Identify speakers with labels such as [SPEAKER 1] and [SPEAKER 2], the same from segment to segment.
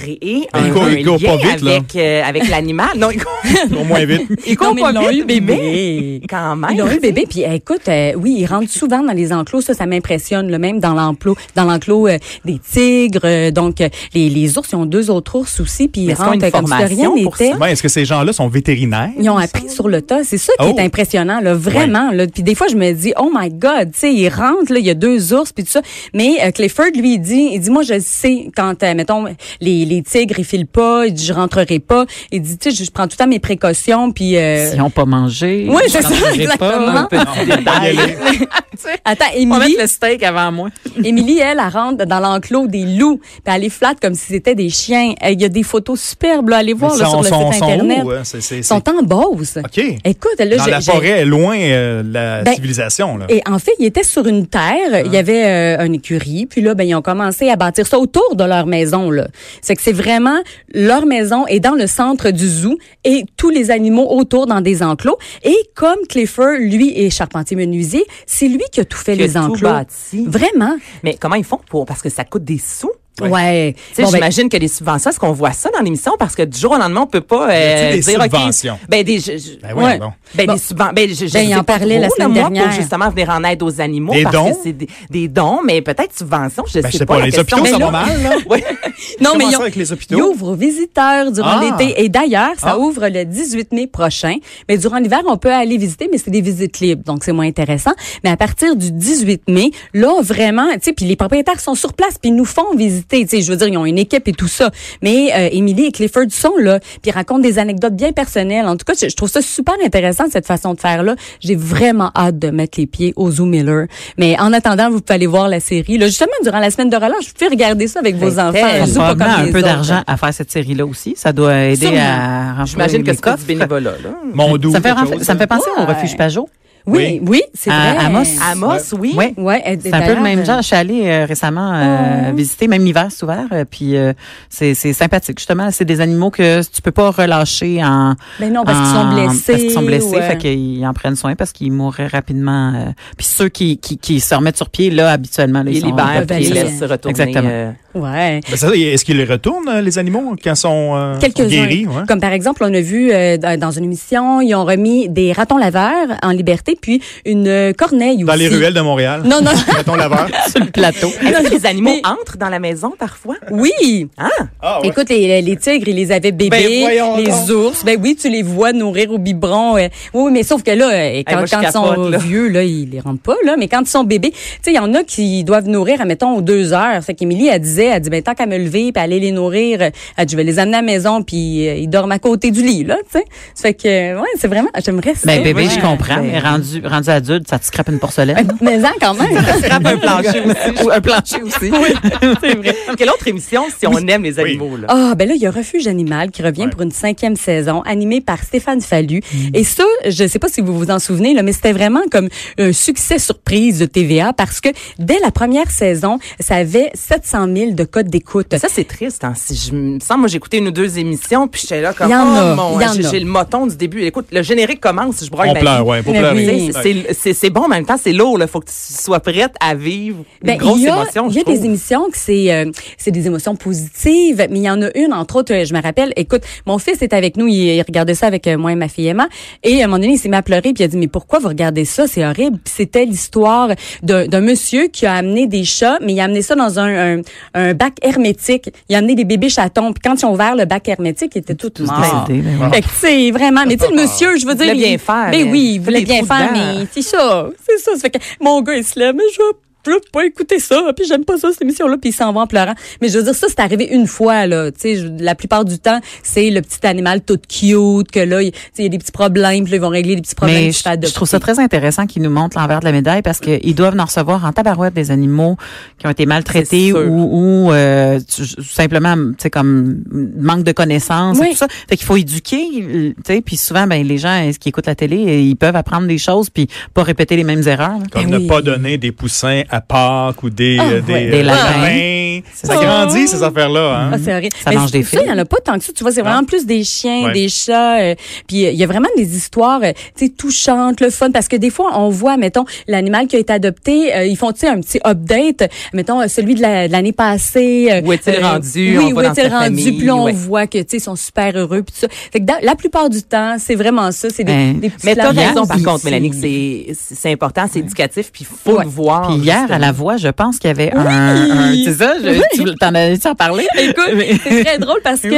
[SPEAKER 1] créer un,
[SPEAKER 2] Mais Ah, il court-
[SPEAKER 1] un
[SPEAKER 2] il court
[SPEAKER 1] lien
[SPEAKER 2] pas vite, là.
[SPEAKER 1] avec, euh, avec l'animal. Non, il court,
[SPEAKER 2] Au moins vite.
[SPEAKER 1] il court
[SPEAKER 3] Non, mais
[SPEAKER 1] pas
[SPEAKER 3] ils l'ont
[SPEAKER 1] vite,
[SPEAKER 3] eu, bébé.
[SPEAKER 1] mais quand même.
[SPEAKER 3] Ils ont eu bébé, puis euh, écoute, euh, oui, ils rentrent souvent dans les enclos, ça, ça m'impressionne, le même dans l'enclos, dans l'enclos euh, des tigres, euh, donc euh, les, les ours, ils ont deux autres ours aussi, puis ils
[SPEAKER 1] Mais est-ce qu'ils ont
[SPEAKER 3] rentrent euh,
[SPEAKER 1] une
[SPEAKER 3] comme si de rien
[SPEAKER 1] formation pour
[SPEAKER 3] n'était.
[SPEAKER 1] ça?
[SPEAKER 2] Ouais, Ben, Est-ce que ces gens-là sont vétérinaires?
[SPEAKER 3] Ils ont appris sur le tas. C'est ça qui
[SPEAKER 2] Oh.
[SPEAKER 3] est impressionnant, là, vraiment. Là. Puis des fois, je me dis, oh my God, tu sais, il rentre, là, il y a deux ours, puis tout ça. Mais euh, Clifford, lui, il dit, il dit, moi, je sais quand, euh, mettons, les, les tigres, ils filent pas, il dit, je rentrerai pas. Il dit, tu sais, je, je prends tout le temps mes précautions, puis... euh,
[SPEAKER 4] S'ils n'ont pas mangé.
[SPEAKER 3] Oui,
[SPEAKER 4] je
[SPEAKER 3] c'est ça,
[SPEAKER 4] rentrerai
[SPEAKER 3] exactement.
[SPEAKER 4] Pas, un petit
[SPEAKER 3] Ben,
[SPEAKER 4] détail.
[SPEAKER 3] Attends,
[SPEAKER 4] On va
[SPEAKER 3] Émilie,
[SPEAKER 4] mettre le steak avant moi.
[SPEAKER 3] Émilie, elle, elle rentre dans l'enclos des loups, puis elle les flatte comme si c'était des chiens. Euh, Il y a des photos superbes, là, allez voir là, sur le site Internet.
[SPEAKER 2] où, hein? C'est- c'est-
[SPEAKER 3] Ils sont en Beauce.
[SPEAKER 2] OK.
[SPEAKER 3] Écoute, là,
[SPEAKER 2] Dans
[SPEAKER 3] j'ai-
[SPEAKER 2] la
[SPEAKER 3] j'ai-
[SPEAKER 2] forêt, loin euh, de la
[SPEAKER 3] Ben,
[SPEAKER 2] civilisation. Là.
[SPEAKER 3] Et en fait, ils étaient sur une terre, il
[SPEAKER 2] Ah.
[SPEAKER 3] y avait euh, une écurie, puis là, ben, ils ont commencé à bâtir ça autour de leur maison. là. C'est que c'est vraiment leur maison est dans le centre du zoo et tous les animaux autour dans des enclos. Et comme Clifford, lui, est charpentier menuisier, c'est lui qui a tout fait
[SPEAKER 1] Qui a
[SPEAKER 3] les
[SPEAKER 1] tout
[SPEAKER 3] enclos.
[SPEAKER 1] bâti.
[SPEAKER 3] Vraiment.
[SPEAKER 1] Mais comment ils font pour parce que ça coûte des sous.
[SPEAKER 3] Ouais.
[SPEAKER 1] Tu sais,
[SPEAKER 3] Bon, ben,
[SPEAKER 1] J'imagine que les subventions, est-ce qu'on voit ça dans l'émission? Parce que du jour au lendemain, on peut pas
[SPEAKER 2] a-t-il
[SPEAKER 1] euh,
[SPEAKER 2] des
[SPEAKER 1] dire, OK,
[SPEAKER 2] subventions?
[SPEAKER 1] ben, des, je- je-
[SPEAKER 2] Ben oui,
[SPEAKER 3] ouais.
[SPEAKER 2] bon.
[SPEAKER 1] Ben,
[SPEAKER 3] Bon.
[SPEAKER 1] des subven- ben, je, je
[SPEAKER 3] Ben, il
[SPEAKER 1] sais
[SPEAKER 3] en
[SPEAKER 1] pas
[SPEAKER 3] parlait la
[SPEAKER 1] trop, là,
[SPEAKER 3] semaine
[SPEAKER 1] moi,
[SPEAKER 3] dernière.
[SPEAKER 1] Pour justement venir en aide aux animaux.
[SPEAKER 2] Des
[SPEAKER 1] parce
[SPEAKER 2] dons?
[SPEAKER 1] que c'est des, des dons, mais peut-être subventions, je
[SPEAKER 2] Ben,
[SPEAKER 1] sais pas. la
[SPEAKER 2] les
[SPEAKER 1] question.
[SPEAKER 2] hôpitaux,
[SPEAKER 1] Mais
[SPEAKER 2] ça
[SPEAKER 1] là-
[SPEAKER 2] va mal. Là.
[SPEAKER 1] Ouais.
[SPEAKER 3] Non,
[SPEAKER 2] Comment
[SPEAKER 3] mais ils,
[SPEAKER 2] ça
[SPEAKER 3] ont-
[SPEAKER 2] avec les hôpitaux?
[SPEAKER 3] ils ouvrent aux visiteurs durant
[SPEAKER 2] Ah.
[SPEAKER 3] l'été. Et d'ailleurs, ça
[SPEAKER 2] Ah.
[SPEAKER 3] ouvre le 18 mai prochain. Mais durant l'hiver, on peut aller visiter, mais c'est des visites libres, donc c'est moins intéressant. Mais à partir du 18 mai, là, vraiment, tu sais, puis les propriétaires sont sur place, puis ils nous font visiter. Tu sais, je veux dire, ils ont une équipe et tout ça. Mais euh, Emily et Clifford sont là, puis ils racontent des anecdotes bien personnelles. En tout cas, je, je trouve ça super intéressant, cette façon de faire-là. J'ai vraiment hâte de mettre les pieds au Zoo Miller. Mais en attendant, vous pouvez aller voir la série. Là, justement, durant la semaine de relâche, vous pouvez regarder ça avec vos
[SPEAKER 1] Ben,
[SPEAKER 3] enfants.
[SPEAKER 1] tellement.
[SPEAKER 3] Ils sont pas
[SPEAKER 4] Probablement
[SPEAKER 3] comme
[SPEAKER 4] un
[SPEAKER 3] les
[SPEAKER 4] peu
[SPEAKER 3] autres.
[SPEAKER 4] d'argent à faire cette série-là aussi. Ça doit aider
[SPEAKER 3] Sûrement.
[SPEAKER 4] à remplir
[SPEAKER 3] Ben,
[SPEAKER 1] J'imagine que
[SPEAKER 4] les
[SPEAKER 1] c'est pas du
[SPEAKER 4] coffres.
[SPEAKER 1] bénévolat. Là.
[SPEAKER 2] Mon doux.
[SPEAKER 4] Ça me fait,
[SPEAKER 2] quelque
[SPEAKER 4] ren-
[SPEAKER 2] chose, hein?
[SPEAKER 4] ça me fait
[SPEAKER 2] là.
[SPEAKER 4] penser au
[SPEAKER 3] Ouais.
[SPEAKER 4] refuge Pajot.
[SPEAKER 3] Oui, oui, c'est
[SPEAKER 4] À
[SPEAKER 3] vrai.
[SPEAKER 4] Amos.
[SPEAKER 1] Amos, oui.
[SPEAKER 4] Ouais.
[SPEAKER 3] Ouais, elle-
[SPEAKER 4] C'est un peu le même
[SPEAKER 3] d'ailleurs,
[SPEAKER 4] genre. Je suis allée euh, récemment euh, visiter, même l'hiver, c'est ouvert. euh, puis euh, c'est c'est sympathique. Justement, c'est des animaux que tu peux pas relâcher en.
[SPEAKER 3] Ben non, parce qu'ils sont
[SPEAKER 4] en-
[SPEAKER 3] blessés,
[SPEAKER 4] Ah,
[SPEAKER 3] euh.
[SPEAKER 4] Parce qu'ils sont blessés,
[SPEAKER 3] ouais.
[SPEAKER 4] fait qu'ils en prennent soin parce qu'ils mourraient rapidement. euh. puis ceux qui, qui, qui se remettent sur pied, là, habituellement, là, ils,
[SPEAKER 1] Ils
[SPEAKER 4] sont
[SPEAKER 1] libèrent,
[SPEAKER 3] peuvent
[SPEAKER 1] puis ils
[SPEAKER 3] aller,
[SPEAKER 1] laissent
[SPEAKER 4] euh,
[SPEAKER 1] retourner.
[SPEAKER 4] Exactement.
[SPEAKER 1] euh,
[SPEAKER 3] Ouais.
[SPEAKER 2] Ben, ça, Est-ce qu'ils les retournent, euh, les animaux, quand ils sont euh,
[SPEAKER 3] Quelques-uns.
[SPEAKER 2] guéris? ouais?
[SPEAKER 3] Comme par exemple, on a vu euh, dans dans une émission, ils ont remis des ratons laveurs en liberté, puis une euh, corneille
[SPEAKER 2] Dans
[SPEAKER 3] aussi.
[SPEAKER 2] les ruelles de Montréal.
[SPEAKER 3] Non, non.
[SPEAKER 2] Mettons laveur.
[SPEAKER 4] sur le plateau.
[SPEAKER 1] Est-ce que les animaux
[SPEAKER 3] Mais-
[SPEAKER 1] entrent dans la maison parfois?
[SPEAKER 3] Oui.
[SPEAKER 1] Hein?
[SPEAKER 2] Ah, ouais.
[SPEAKER 3] Écoute, les, les tigres, ils les avaient
[SPEAKER 2] Ben,
[SPEAKER 3] bébés,
[SPEAKER 2] voyons
[SPEAKER 3] les
[SPEAKER 2] donc.
[SPEAKER 3] ours. Ben oui, tu les vois nourrir au biberon. euh. Oui, oui, mais sauf que là, euh, quand,
[SPEAKER 1] moi, je
[SPEAKER 3] quand ils
[SPEAKER 1] capote,
[SPEAKER 3] sont
[SPEAKER 1] là.
[SPEAKER 3] vieux, là, ils les rendent pas, là. Mais quand ils sont bébés, tu sais, il y en a qui doivent nourrir, admettons, aux deux heures. Fait qu'Émilie, elle disait, elle dit, ben, tant qu'à me lever puis aller les nourrir, euh, elle dit, je vais les amener à la maison puis euh, ils dorment à côté du lit, là, tu sais. Ça Fait que, euh, ouais, c'est vraiment, j'aimerais ça.
[SPEAKER 4] Ben, bébé,
[SPEAKER 3] Ouais.
[SPEAKER 4] je comprends, mais rendu, rendu adulte, ça te scrape une porcelaine.
[SPEAKER 3] Mais hein, quand même.
[SPEAKER 1] Frappe un plancher aussi.
[SPEAKER 4] Ou un plancher aussi.
[SPEAKER 1] Quelle autre émission si on aime les animaux? Là?
[SPEAKER 3] Ah, ben là, il y a Refuge Animal qui revient
[SPEAKER 2] Ouais.
[SPEAKER 3] pour une cinquième saison, animée par Stéphane Fallu. Et ça, je sais pas si vous vous en souvenez, là, mais c'était vraiment comme un succès surprise de TVA parce que dès la première saison, ça avait 700 000 de codes d'écoute.
[SPEAKER 1] Ça, c'est triste. Hein? Si je me sens, moi, j'ai écouté une ou deux émissions, puis j'étais là comme,
[SPEAKER 3] Il y en
[SPEAKER 1] oh
[SPEAKER 3] a,
[SPEAKER 1] mon,
[SPEAKER 3] il y en
[SPEAKER 1] j'ai-
[SPEAKER 3] a.
[SPEAKER 1] j'ai le moton du début. Écoute, le générique commence, je broye
[SPEAKER 2] On
[SPEAKER 1] ma
[SPEAKER 2] pleure,
[SPEAKER 1] vie.
[SPEAKER 2] ouais, faut
[SPEAKER 3] ben, Mais
[SPEAKER 2] pleurer.
[SPEAKER 3] oui.
[SPEAKER 1] Tu sais, c'est- C'est c'est bon, mais en même temps, c'est lourd. Il faut que tu sois prête à vivre une
[SPEAKER 3] Ben,
[SPEAKER 1] grosse
[SPEAKER 3] il y a,
[SPEAKER 1] émotion.
[SPEAKER 3] il
[SPEAKER 1] je
[SPEAKER 3] y a des
[SPEAKER 1] trouve.
[SPEAKER 3] émissions que c'est euh, c'est des émotions positives, mais il y en a une entre autres, euh, je me rappelle. Écoute, mon fils est avec nous, il, il regardait ça avec euh, moi et ma fille Emma, et à un moment donné, il s'est mis à pleurer, puis il a dit mais pourquoi vous regardez ça, c'est horrible. Puis c'était l'histoire d'un d'un monsieur qui a amené des chats, mais il a amené ça dans un, un, un bac hermétique. Il a amené des bébés chatons, puis quand ils ont ouvert le bac hermétique, ils étaient tous
[SPEAKER 1] Ah.
[SPEAKER 3] morts.
[SPEAKER 4] décédés, ben oui.
[SPEAKER 3] Fait que c'est vraiment, mais tu sais, le monsieur, je veux dire,
[SPEAKER 1] voulait bien
[SPEAKER 3] il-
[SPEAKER 1] faire,
[SPEAKER 3] Ben
[SPEAKER 1] mais
[SPEAKER 3] oui, il
[SPEAKER 1] tous
[SPEAKER 3] voulait
[SPEAKER 1] les
[SPEAKER 3] bien
[SPEAKER 1] trous
[SPEAKER 3] faire,
[SPEAKER 1] dedans.
[SPEAKER 3] mais c'est ça, c'est ça. Ça fait que mon gars, il se lève, mais je vais- je veux pas écouter ça, puis j'aime pas ça, cette émission-là, puis il s'en va en pleurant. Mais je veux dire, ça, c'est arrivé une fois, là. Tu sais, je- la plupart du temps, c'est le petit animal tout cute, que là, il tu sais, il y a des petits problèmes, puis là, ils vont régler des petits problèmes.
[SPEAKER 4] Mais
[SPEAKER 3] puis tu fais
[SPEAKER 4] je, je trouve ça
[SPEAKER 3] adopter.
[SPEAKER 4] très intéressant qu'ils nous montrent l'envers de la médaille parce qu'ils doivent en recevoir en tabarouette des animaux qui ont été
[SPEAKER 1] C'est
[SPEAKER 4] maltraités
[SPEAKER 1] sûr.
[SPEAKER 4] ou, ou, euh, tu- tout simplement, tu sais, comme manque de connaissances
[SPEAKER 3] Oui.
[SPEAKER 4] et tout ça. Fait qu'il faut éduquer, tu sais, puis souvent, ben, les gens euh, qui écoutent la télé, euh, ils peuvent apprendre des choses puis pas répéter les mêmes erreurs. là.
[SPEAKER 2] Comme
[SPEAKER 3] Ben
[SPEAKER 2] ne
[SPEAKER 3] oui. Ah,
[SPEAKER 2] pas donner des poussins à à Pâques ou des, euh, des,
[SPEAKER 4] ouais. Des
[SPEAKER 2] euh,
[SPEAKER 4] lapins.
[SPEAKER 2] Ça
[SPEAKER 3] ça.
[SPEAKER 2] grandit, ces affaires-là. hein.
[SPEAKER 3] Ah,
[SPEAKER 1] mm.
[SPEAKER 3] c'est horrible.
[SPEAKER 4] Ça
[SPEAKER 3] Mais
[SPEAKER 4] mange des
[SPEAKER 3] ça, Il
[SPEAKER 4] fils.
[SPEAKER 3] n'y en a pas tant que ça. Tu vois, c'est vraiment plus des chiens,
[SPEAKER 2] Ouais.
[SPEAKER 3] des chats. euh, puis euh, il y a vraiment des histoires, euh, tu sais, touchantes, le fun. Parce que des fois, on voit, mettons, l'animal qui a été adopté, euh, ils font, tu sais, un petit update. Mettons, euh, celui de la- de l'année passée. euh,
[SPEAKER 1] Où est-il rendu?
[SPEAKER 3] Oui,
[SPEAKER 1] On
[SPEAKER 3] où
[SPEAKER 1] va dans sa
[SPEAKER 3] est-il rendu?
[SPEAKER 1] famille,
[SPEAKER 3] Puis là, on
[SPEAKER 1] ouais.
[SPEAKER 3] voit que, tu sais, ils sont super heureux. Puis tout ça. Fait que dans- la plupart du temps, c'est vraiment ça. C'est des,
[SPEAKER 4] Hein.
[SPEAKER 3] des petites
[SPEAKER 1] Ben, Mais t'as
[SPEAKER 3] larmes.
[SPEAKER 1] raison, par
[SPEAKER 4] Yann,
[SPEAKER 1] contre,
[SPEAKER 4] il-
[SPEAKER 1] Mélanie, que c'est- c'est c'est important, c'est éducatif, puis il faut
[SPEAKER 3] Ouais.
[SPEAKER 1] le voir.
[SPEAKER 4] Puis hier, à la voix, je pense qu'il y avait un, un- C'est ça? Je, tu, t'en avais-tu en parlé?
[SPEAKER 3] Écoute, c'est très drôle parce que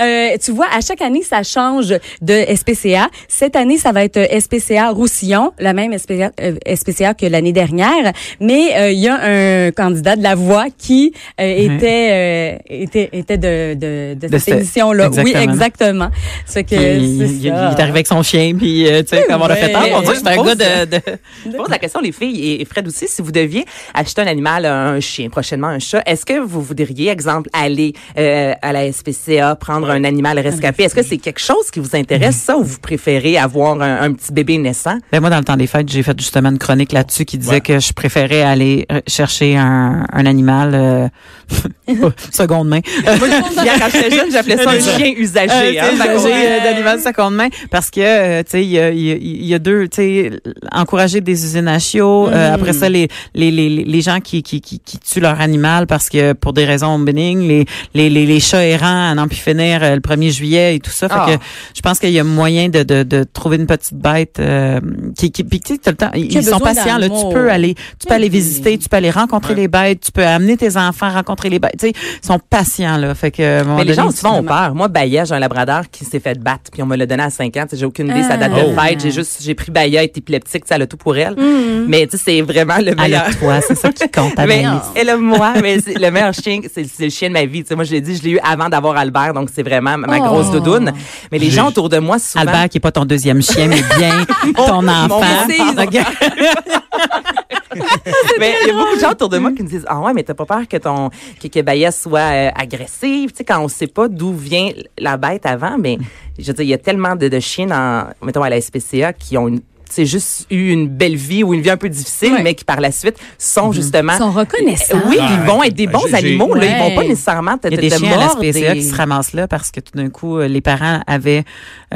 [SPEAKER 3] euh, tu vois, à chaque année, ça change de SPCA. Cette année, ça va être euh, SPCA Roussillon, la même SPCA, euh, SPCA que l'année dernière. Mais euh, il y a un candidat de la voix qui euh,
[SPEAKER 4] Mhm.
[SPEAKER 3] était, euh, était était de de, de cette
[SPEAKER 4] ce-
[SPEAKER 3] édition-là. Oui,
[SPEAKER 4] exactement.
[SPEAKER 3] exactement. Ce que
[SPEAKER 4] Puis, il,
[SPEAKER 3] c'est
[SPEAKER 4] il- il est
[SPEAKER 3] ça.
[SPEAKER 4] arrivé avec son chien, puis euh, tu sais, comme on a fait,
[SPEAKER 3] Ouais.
[SPEAKER 4] ah mon Dieu, c'est un
[SPEAKER 1] Pose-
[SPEAKER 4] gars de... de-
[SPEAKER 1] Je pose la question, les filles, et- et Fred aussi, si vous deviez acheter un animal, un chien, prochainement un chat, est-ce que vous voudriez, exemple, aller euh, à la SPCA, prendre un animal rescapé? Est-ce que c'est quelque chose qui vous intéresse, ça, ou vous préférez avoir un, un petit bébé naissant?
[SPEAKER 4] Ben, moi, dans le temps des fêtes, j'ai fait justement une chronique là-dessus qui disait
[SPEAKER 2] Ouais.
[SPEAKER 4] que je préférais aller euh, chercher un, un animal euh, seconde main.
[SPEAKER 1] Moi, quand j'étais jeune, j'appelais ça un chien usagé.
[SPEAKER 4] Euh,
[SPEAKER 1] hein,
[SPEAKER 4] tu sais,
[SPEAKER 1] par
[SPEAKER 4] j'ai,
[SPEAKER 1] contre.
[SPEAKER 4] euh, d'animal seconde main parce que euh, tu sais il y a, il y a- il y a deux tu sais encourager des usines à chiots
[SPEAKER 1] Mm.
[SPEAKER 4] euh, après ça les les, les les gens qui qui, qui qui tuent leur animal parce que pour des raisons bénignes les les les, les chats errants à n'en plus finir euh, le 1er juillet et tout ça fait
[SPEAKER 1] Ah.
[SPEAKER 4] que je pense qu'il y a moyen de, de de trouver une petite bête euh, qui qui puis tu sais, t'as le temps ils,
[SPEAKER 3] Qui a
[SPEAKER 4] ils sont
[SPEAKER 3] besoin
[SPEAKER 4] patients là tu
[SPEAKER 3] d'amour.
[SPEAKER 4] peux aller tu
[SPEAKER 1] Ben
[SPEAKER 4] peux aller visiter tu peux aller rencontrer les bêtes tu peux amener tes enfants rencontrer les bêtes tu sais ils sont patients là fait que à un moment
[SPEAKER 1] Mais les gens
[SPEAKER 4] donné,
[SPEAKER 1] souvent ont
[SPEAKER 4] finalement-
[SPEAKER 1] peur. Moi, Baya, j'ai un labrador qui s'est fait battre, puis on me l'a donné à 5 ans. Tu sais, J'ai aucune idée, sa date de
[SPEAKER 4] Oh.
[SPEAKER 2] Ah.
[SPEAKER 1] fête. J'ai juste, j'ai pris Baya, elle est épileptique, ça elle a tout pour elle. Mais tu sais, c'est vraiment le
[SPEAKER 4] Mm-hmm. Elle
[SPEAKER 1] meilleur.
[SPEAKER 4] a toi, c'est ça qui compte,
[SPEAKER 1] Mais,
[SPEAKER 4] Anaïs.
[SPEAKER 1] elle a moi, mais c'est le meilleur chien, c'est c'est le chien de ma vie. Tu sais, moi, je l'ai dit, je l'ai eu avant d'avoir Albert, donc c'est vraiment ma ma
[SPEAKER 3] Oh.
[SPEAKER 1] grosse doudoune. Mais les
[SPEAKER 2] J'ai-
[SPEAKER 1] gens autour de moi, souvent...
[SPEAKER 4] Albert, qui n'est pas ton deuxième chien, mais bien ton
[SPEAKER 1] Mon-
[SPEAKER 4] enfant.
[SPEAKER 1] mon-
[SPEAKER 4] Ok.
[SPEAKER 1] mais il y a beaucoup de gens autour de moi qui me disent ah ouais mais t'as pas peur que ton que, que Baïa soit euh, agressive tu sais quand on sait pas d'où vient la bête avant mais je veux dire il y a tellement de, de chiens dans mettons à la SPCA qui ont une c'est juste eu une belle vie ou une vie un peu difficile
[SPEAKER 3] Ouais.
[SPEAKER 1] mais qui par la suite
[SPEAKER 4] Mhm.
[SPEAKER 1] sont justement Euh,
[SPEAKER 3] Ils sont reconnaissants.
[SPEAKER 1] oui
[SPEAKER 2] Ah,
[SPEAKER 1] ils vont être des
[SPEAKER 2] ben,
[SPEAKER 1] bons
[SPEAKER 2] j'ai- j'ai-
[SPEAKER 1] animaux là ils vont pas
[SPEAKER 3] Ouais.
[SPEAKER 1] nécessairement te,
[SPEAKER 4] Il y a
[SPEAKER 1] te-
[SPEAKER 4] des
[SPEAKER 1] te
[SPEAKER 4] chiens à la
[SPEAKER 1] mordre,
[SPEAKER 4] SPCA
[SPEAKER 1] des-
[SPEAKER 4] qui se ramassent là parce que tout d'un coup, euh, les parents avaient...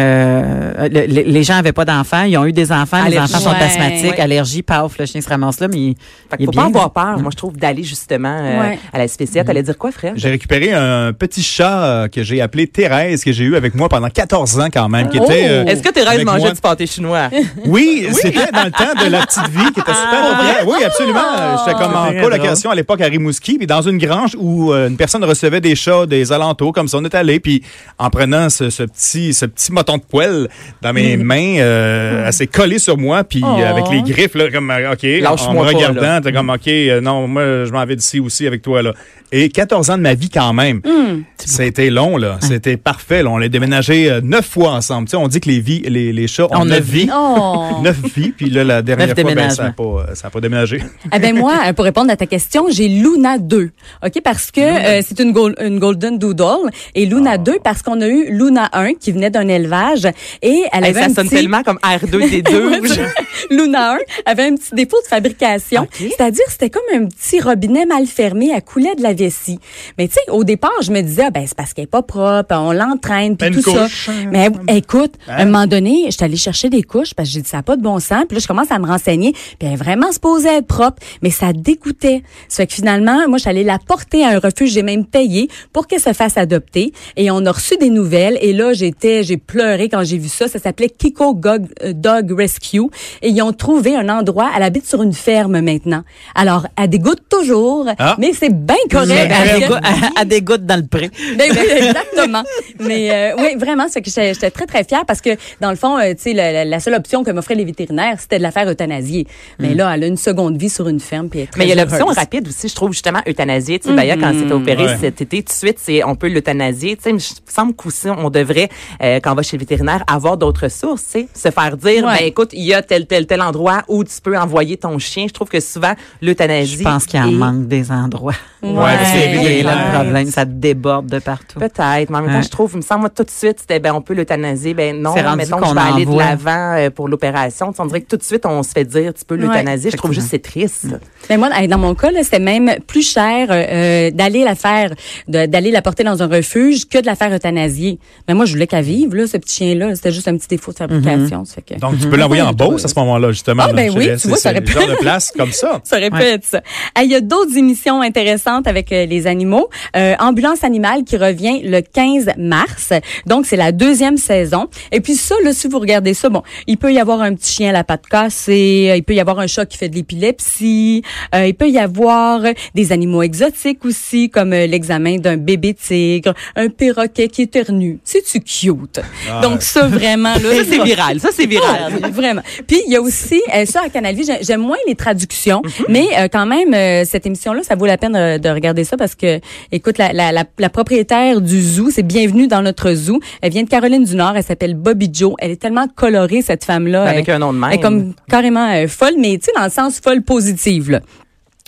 [SPEAKER 4] euh, le- le- les gens avaient pas d'enfants, ils ont eu des enfants, les
[SPEAKER 1] Allergie.
[SPEAKER 4] enfants sont
[SPEAKER 3] Ouais.
[SPEAKER 4] asthmatiques,
[SPEAKER 1] Ouais.
[SPEAKER 4] allergie, paf, le chien se ramasse là, mais il,
[SPEAKER 1] Fait que
[SPEAKER 4] il est
[SPEAKER 1] faut
[SPEAKER 4] Eh bien.
[SPEAKER 1] pas avoir peur moi je trouve d'aller justement euh,
[SPEAKER 3] Ouais.
[SPEAKER 1] à la SPCA t'allais dire quoi frère
[SPEAKER 2] J'ai récupéré un petit chat euh, que j'ai appelé Thérèse, que j'ai eu avec moi pendant 14 ans quand même, qui
[SPEAKER 3] Oh!
[SPEAKER 2] était... euh,
[SPEAKER 1] est-ce que Thérèse
[SPEAKER 2] avec
[SPEAKER 1] mangeait
[SPEAKER 2] moi.
[SPEAKER 1] du pâté chinois
[SPEAKER 2] Oui, c'était dans le temps de la petite vie qui était
[SPEAKER 4] Ah.
[SPEAKER 2] super vrai. Oui, absolument. J'étais comme en
[SPEAKER 4] Très
[SPEAKER 2] colocation à l'époque à Rimouski, puis dans une grange où euh, une personne recevait des chats des alentours, comme ça on est allé, puis en prenant ce, ce petit ce petit mouton de poêle dans mes
[SPEAKER 4] Mm.
[SPEAKER 2] mains, euh, elle s'est collée sur moi, puis
[SPEAKER 4] Oh.
[SPEAKER 2] euh, avec les griffes là, comme euh, ok, en me
[SPEAKER 1] Lâche-moi pas,
[SPEAKER 2] regardant,
[SPEAKER 1] là.
[SPEAKER 2] t'es
[SPEAKER 4] Mm.
[SPEAKER 2] comme ok, euh, non, moi je m'en vais d'ici aussi avec toi là. Et 14 ans de ma vie quand même.
[SPEAKER 4] Mm.
[SPEAKER 2] C'était long là,
[SPEAKER 4] Ah.
[SPEAKER 2] c'était parfait. là. On l'a déménagé euh, neuf fois ensemble. Tu sais, on dit que les vies, les, les chats ont
[SPEAKER 4] On a
[SPEAKER 2] neuf vies.
[SPEAKER 3] Oh.
[SPEAKER 2] Neuf vies, puis là, la dernière
[SPEAKER 4] Neuf
[SPEAKER 2] fois, ben, ça n'a
[SPEAKER 4] déménagements.
[SPEAKER 2] pas, euh, ça a pas déménagé.
[SPEAKER 3] Eh ben moi, euh, pour répondre à ta question, j'ai Luna 2. OK parce que euh, c'est une, gol- une golden doodle et Luna
[SPEAKER 1] Ah.
[SPEAKER 3] 2 parce qu'on a eu Luna 1 qui venait d'un élevage et elle
[SPEAKER 1] Hey,
[SPEAKER 3] avait
[SPEAKER 1] ça
[SPEAKER 3] un
[SPEAKER 1] sonne
[SPEAKER 3] petit-
[SPEAKER 1] tellement comme R2D2 ou je-
[SPEAKER 3] Luna 1 avait un petit défaut de fabrication, c'est-à-dire c'était comme un petit robinet mal fermé à couler de la vessie. Mais tu sais, au départ, je me disais Ah, ben c'est parce qu'elle est pas propre, on l'entraîne puis
[SPEAKER 2] Ben,
[SPEAKER 3] tout
[SPEAKER 2] une
[SPEAKER 3] ça.
[SPEAKER 2] couche.
[SPEAKER 1] hein.
[SPEAKER 3] Mais écoute, à un moment donné, je suis allée chercher des couches parce que j'ai dit ça a pas de bon sens, puis là je commence à me renseigner, puis elle est vraiment supposée être propre, mais ça dégoûtait. Ça fait que finalement, moi je suis allée la porter à un refuge, j'ai même payé pour qu'elle se fasse adopter et on a reçu des nouvelles et là j'étais j'ai pleuré quand j'ai vu ça, ça s'appelait Kiko Gog- euh, Dog Rescue et ils ont trouvé un endroit, elle habite sur une ferme maintenant. Alors, elle dégoûte toujours,
[SPEAKER 2] Ah.
[SPEAKER 3] mais c'est bien correct.
[SPEAKER 4] Mais
[SPEAKER 3] Elle
[SPEAKER 4] à, des
[SPEAKER 3] dégoûte-
[SPEAKER 4] gouttes- à- à des gouttes dans le pré.
[SPEAKER 3] ben oui, exactement. Mais euh, oui, vraiment, c'est que j'étais j'étais très, très fière parce que, dans le fond, euh, tu sais, la, la- la seule option que m'offraient les vétérinaires, c'était de la faire euthanasier. Mais là, elle a une seconde vie sur une ferme puis elle est très
[SPEAKER 1] Mm. Mais il y a l'option
[SPEAKER 3] heureuse.
[SPEAKER 1] rapide aussi, je trouve, justement, euthanasier. Tu sais, d'ailleurs, quand c'était opéré
[SPEAKER 2] Ouais.
[SPEAKER 1] cet été, tout de suite, c'est, on peut l'euthanasier. Tu sais, mais je- il me semble qu'aussi, on devrait, euh, quand on va chez le vétérinaire, avoir d'autres sources, tu sais. Se faire dire,
[SPEAKER 3] Ouais.
[SPEAKER 1] ben, écoute, il y a tel, tel, tel endroit où tu peux envoyer ton chien. Je trouve que souvent, l'euthanasie.
[SPEAKER 4] Je pense qu'il en
[SPEAKER 1] est-
[SPEAKER 4] manque des endroits.
[SPEAKER 2] Ouais, parce qu'il y avait des
[SPEAKER 4] c'est là le
[SPEAKER 2] liens.
[SPEAKER 4] problème. Ça déborde de partout.
[SPEAKER 1] Peut-être, mais en même temps,
[SPEAKER 4] Ouais.
[SPEAKER 1] je trouve, il me semble, moi, tout de suite, c'était, ben, on peut l'euthanasier. Ben, non,
[SPEAKER 4] C'est rendu
[SPEAKER 1] mettons,
[SPEAKER 4] qu'on
[SPEAKER 1] je vais
[SPEAKER 4] en
[SPEAKER 1] aller de
[SPEAKER 4] voit.
[SPEAKER 1] l'avant euh, pour l'opération. Tu sais, On dirait que tout de suite, on se fait dire, tu peux l'euthanasier. je trouve juste que c'est triste.
[SPEAKER 3] Mais moi, dans mon cas, là, c'était même plus cher euh, d'aller la faire, de- d'aller la porter dans un refuge que de la faire euthanasier. Mais moi, je voulais qu'elle vive, là, ce petit chien-là. C'était juste un petit défaut de
[SPEAKER 1] Mm-hmm.
[SPEAKER 3] fabrication. ça fait que...
[SPEAKER 2] Donc, tu peux l'envoyer en Beauce à ce moment-là, justement.
[SPEAKER 3] Ah,
[SPEAKER 2] là,
[SPEAKER 3] ben
[SPEAKER 2] je
[SPEAKER 3] oui,
[SPEAKER 2] dirais.
[SPEAKER 3] tu
[SPEAKER 2] C'est-
[SPEAKER 3] vois, ça
[SPEAKER 2] c'est
[SPEAKER 3] aurait
[SPEAKER 2] le
[SPEAKER 3] pu-
[SPEAKER 2] genre de place comme ça.
[SPEAKER 3] Ça répète ça. Ah, Il y a d'autres émissions intéressantes avec euh, les animaux. Euh, Ambulance animale qui revient le 15 mars. Donc, c'est la deuxième saison. Et puis ça, là, si vous regardez ça, bon, il peut y avoir un petit chien à la patte cassée, euh, il peut y avoir un chat qui fait de l'épilepsie, euh, il peut y avoir euh, des animaux exotiques aussi, comme euh, l'examen d'un bébé tigre, un perroquet qui éternue. C'est-tu cute? Donc ça, vraiment, là,
[SPEAKER 4] Ça, c'est viral. Ça, c'est viral.
[SPEAKER 3] ah, vraiment. Puis il y a aussi euh, ça à Canal Vie, j'ai- j'aime moins les traductions,
[SPEAKER 1] Mm-hmm.
[SPEAKER 3] mais euh, quand même euh, cette émission là, ça vaut la peine euh, de regarder ça parce que écoute la, la, la, la propriétaire du zoo, c'est bienvenue dans notre zoo. Elle vient de Caroline du Nord, elle s'appelle Bobby Joe. Elle est tellement colorée cette femme là.
[SPEAKER 1] Avec un nom de
[SPEAKER 3] Elle est
[SPEAKER 1] même.
[SPEAKER 3] comme carrément euh, folle, mais tu sais dans le sens folle positive là.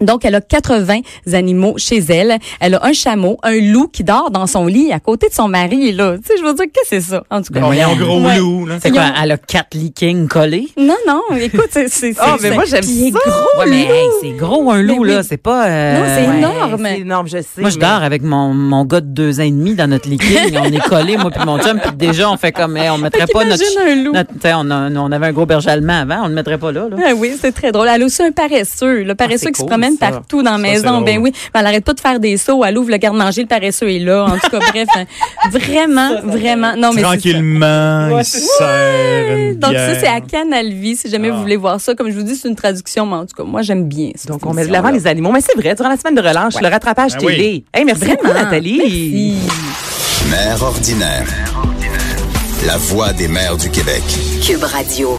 [SPEAKER 3] Donc, elle a 80 animaux chez elle. Elle a un chameau, un loup qui dort dans son lit à côté de son mari. Là, tu sais, je veux dire, qu'est-ce que c'est ça En tout cas,
[SPEAKER 2] On est en gros
[SPEAKER 3] Ouais.
[SPEAKER 2] loup, là.
[SPEAKER 4] C'est quoi? Elle a quatre leakings collés?
[SPEAKER 3] non, non, écoute, c'est. c'est-
[SPEAKER 1] Ah,
[SPEAKER 3] c'est-
[SPEAKER 1] mais moi, j'aime
[SPEAKER 3] Puis il est
[SPEAKER 1] ça.
[SPEAKER 3] gros,
[SPEAKER 4] Ouais, mais
[SPEAKER 3] le
[SPEAKER 4] hey,
[SPEAKER 3] Oh, loup.
[SPEAKER 4] c'est gros un loup,
[SPEAKER 3] Mais oui.
[SPEAKER 4] là. C'est pas. euh,
[SPEAKER 3] Non, c'est
[SPEAKER 4] ouais.
[SPEAKER 3] énorme.
[SPEAKER 1] C'est énorme, je sais.
[SPEAKER 4] Moi, je
[SPEAKER 1] mais-
[SPEAKER 4] dors avec mon, mon gars de deux ans et demi dans notre leaking. on est collés, moi puis mon chum. Puis déjà, on fait comme, hey, on mettrait
[SPEAKER 3] Fait
[SPEAKER 4] pas notre...
[SPEAKER 3] qu'imagine un loup.
[SPEAKER 4] notre- tu sais, on, a- on avait un gros berger allemand avant. On le mettrait pas là, là.
[SPEAKER 3] Ah oui, c'est très drôle. Elle a aussi un paresseux, le paresseux
[SPEAKER 1] Ah, c'est
[SPEAKER 3] qui
[SPEAKER 1] cool,
[SPEAKER 3] se promène
[SPEAKER 1] ça.
[SPEAKER 3] partout dans la
[SPEAKER 2] Ça,
[SPEAKER 3] maison.
[SPEAKER 2] c'est
[SPEAKER 3] Ben
[SPEAKER 2] drôle.
[SPEAKER 3] oui, ben, elle arrête pas de faire des sauts. Elle ouvre le garde-manger, le paresseux est là. En tout cas, bref, hein. vraiment, vraiment. Non, mais c'est ça.
[SPEAKER 2] Tranquillement, il se serre une
[SPEAKER 3] Donc ça, c'est à
[SPEAKER 2] bière.
[SPEAKER 3] Canal Vie, si jamais
[SPEAKER 2] Ah.
[SPEAKER 3] vous voulez voir ça. Comme je vous dis, c'est une traduction, mais en tout cas, moi, j'aime bien cette
[SPEAKER 1] Donc, on met de
[SPEAKER 3] émission-là.
[SPEAKER 1] l'avant les animaux. Mais c'est vrai, durant la semaine de relâche, le rattrapage
[SPEAKER 2] Ben
[SPEAKER 1] télé.
[SPEAKER 2] oui.
[SPEAKER 1] Hey, merci beaucoup,
[SPEAKER 3] Vraiment.
[SPEAKER 1] Nathalie.
[SPEAKER 3] Merci.
[SPEAKER 5] Mère ordinaire. La voix des mères du Québec.
[SPEAKER 6] Cube Radio.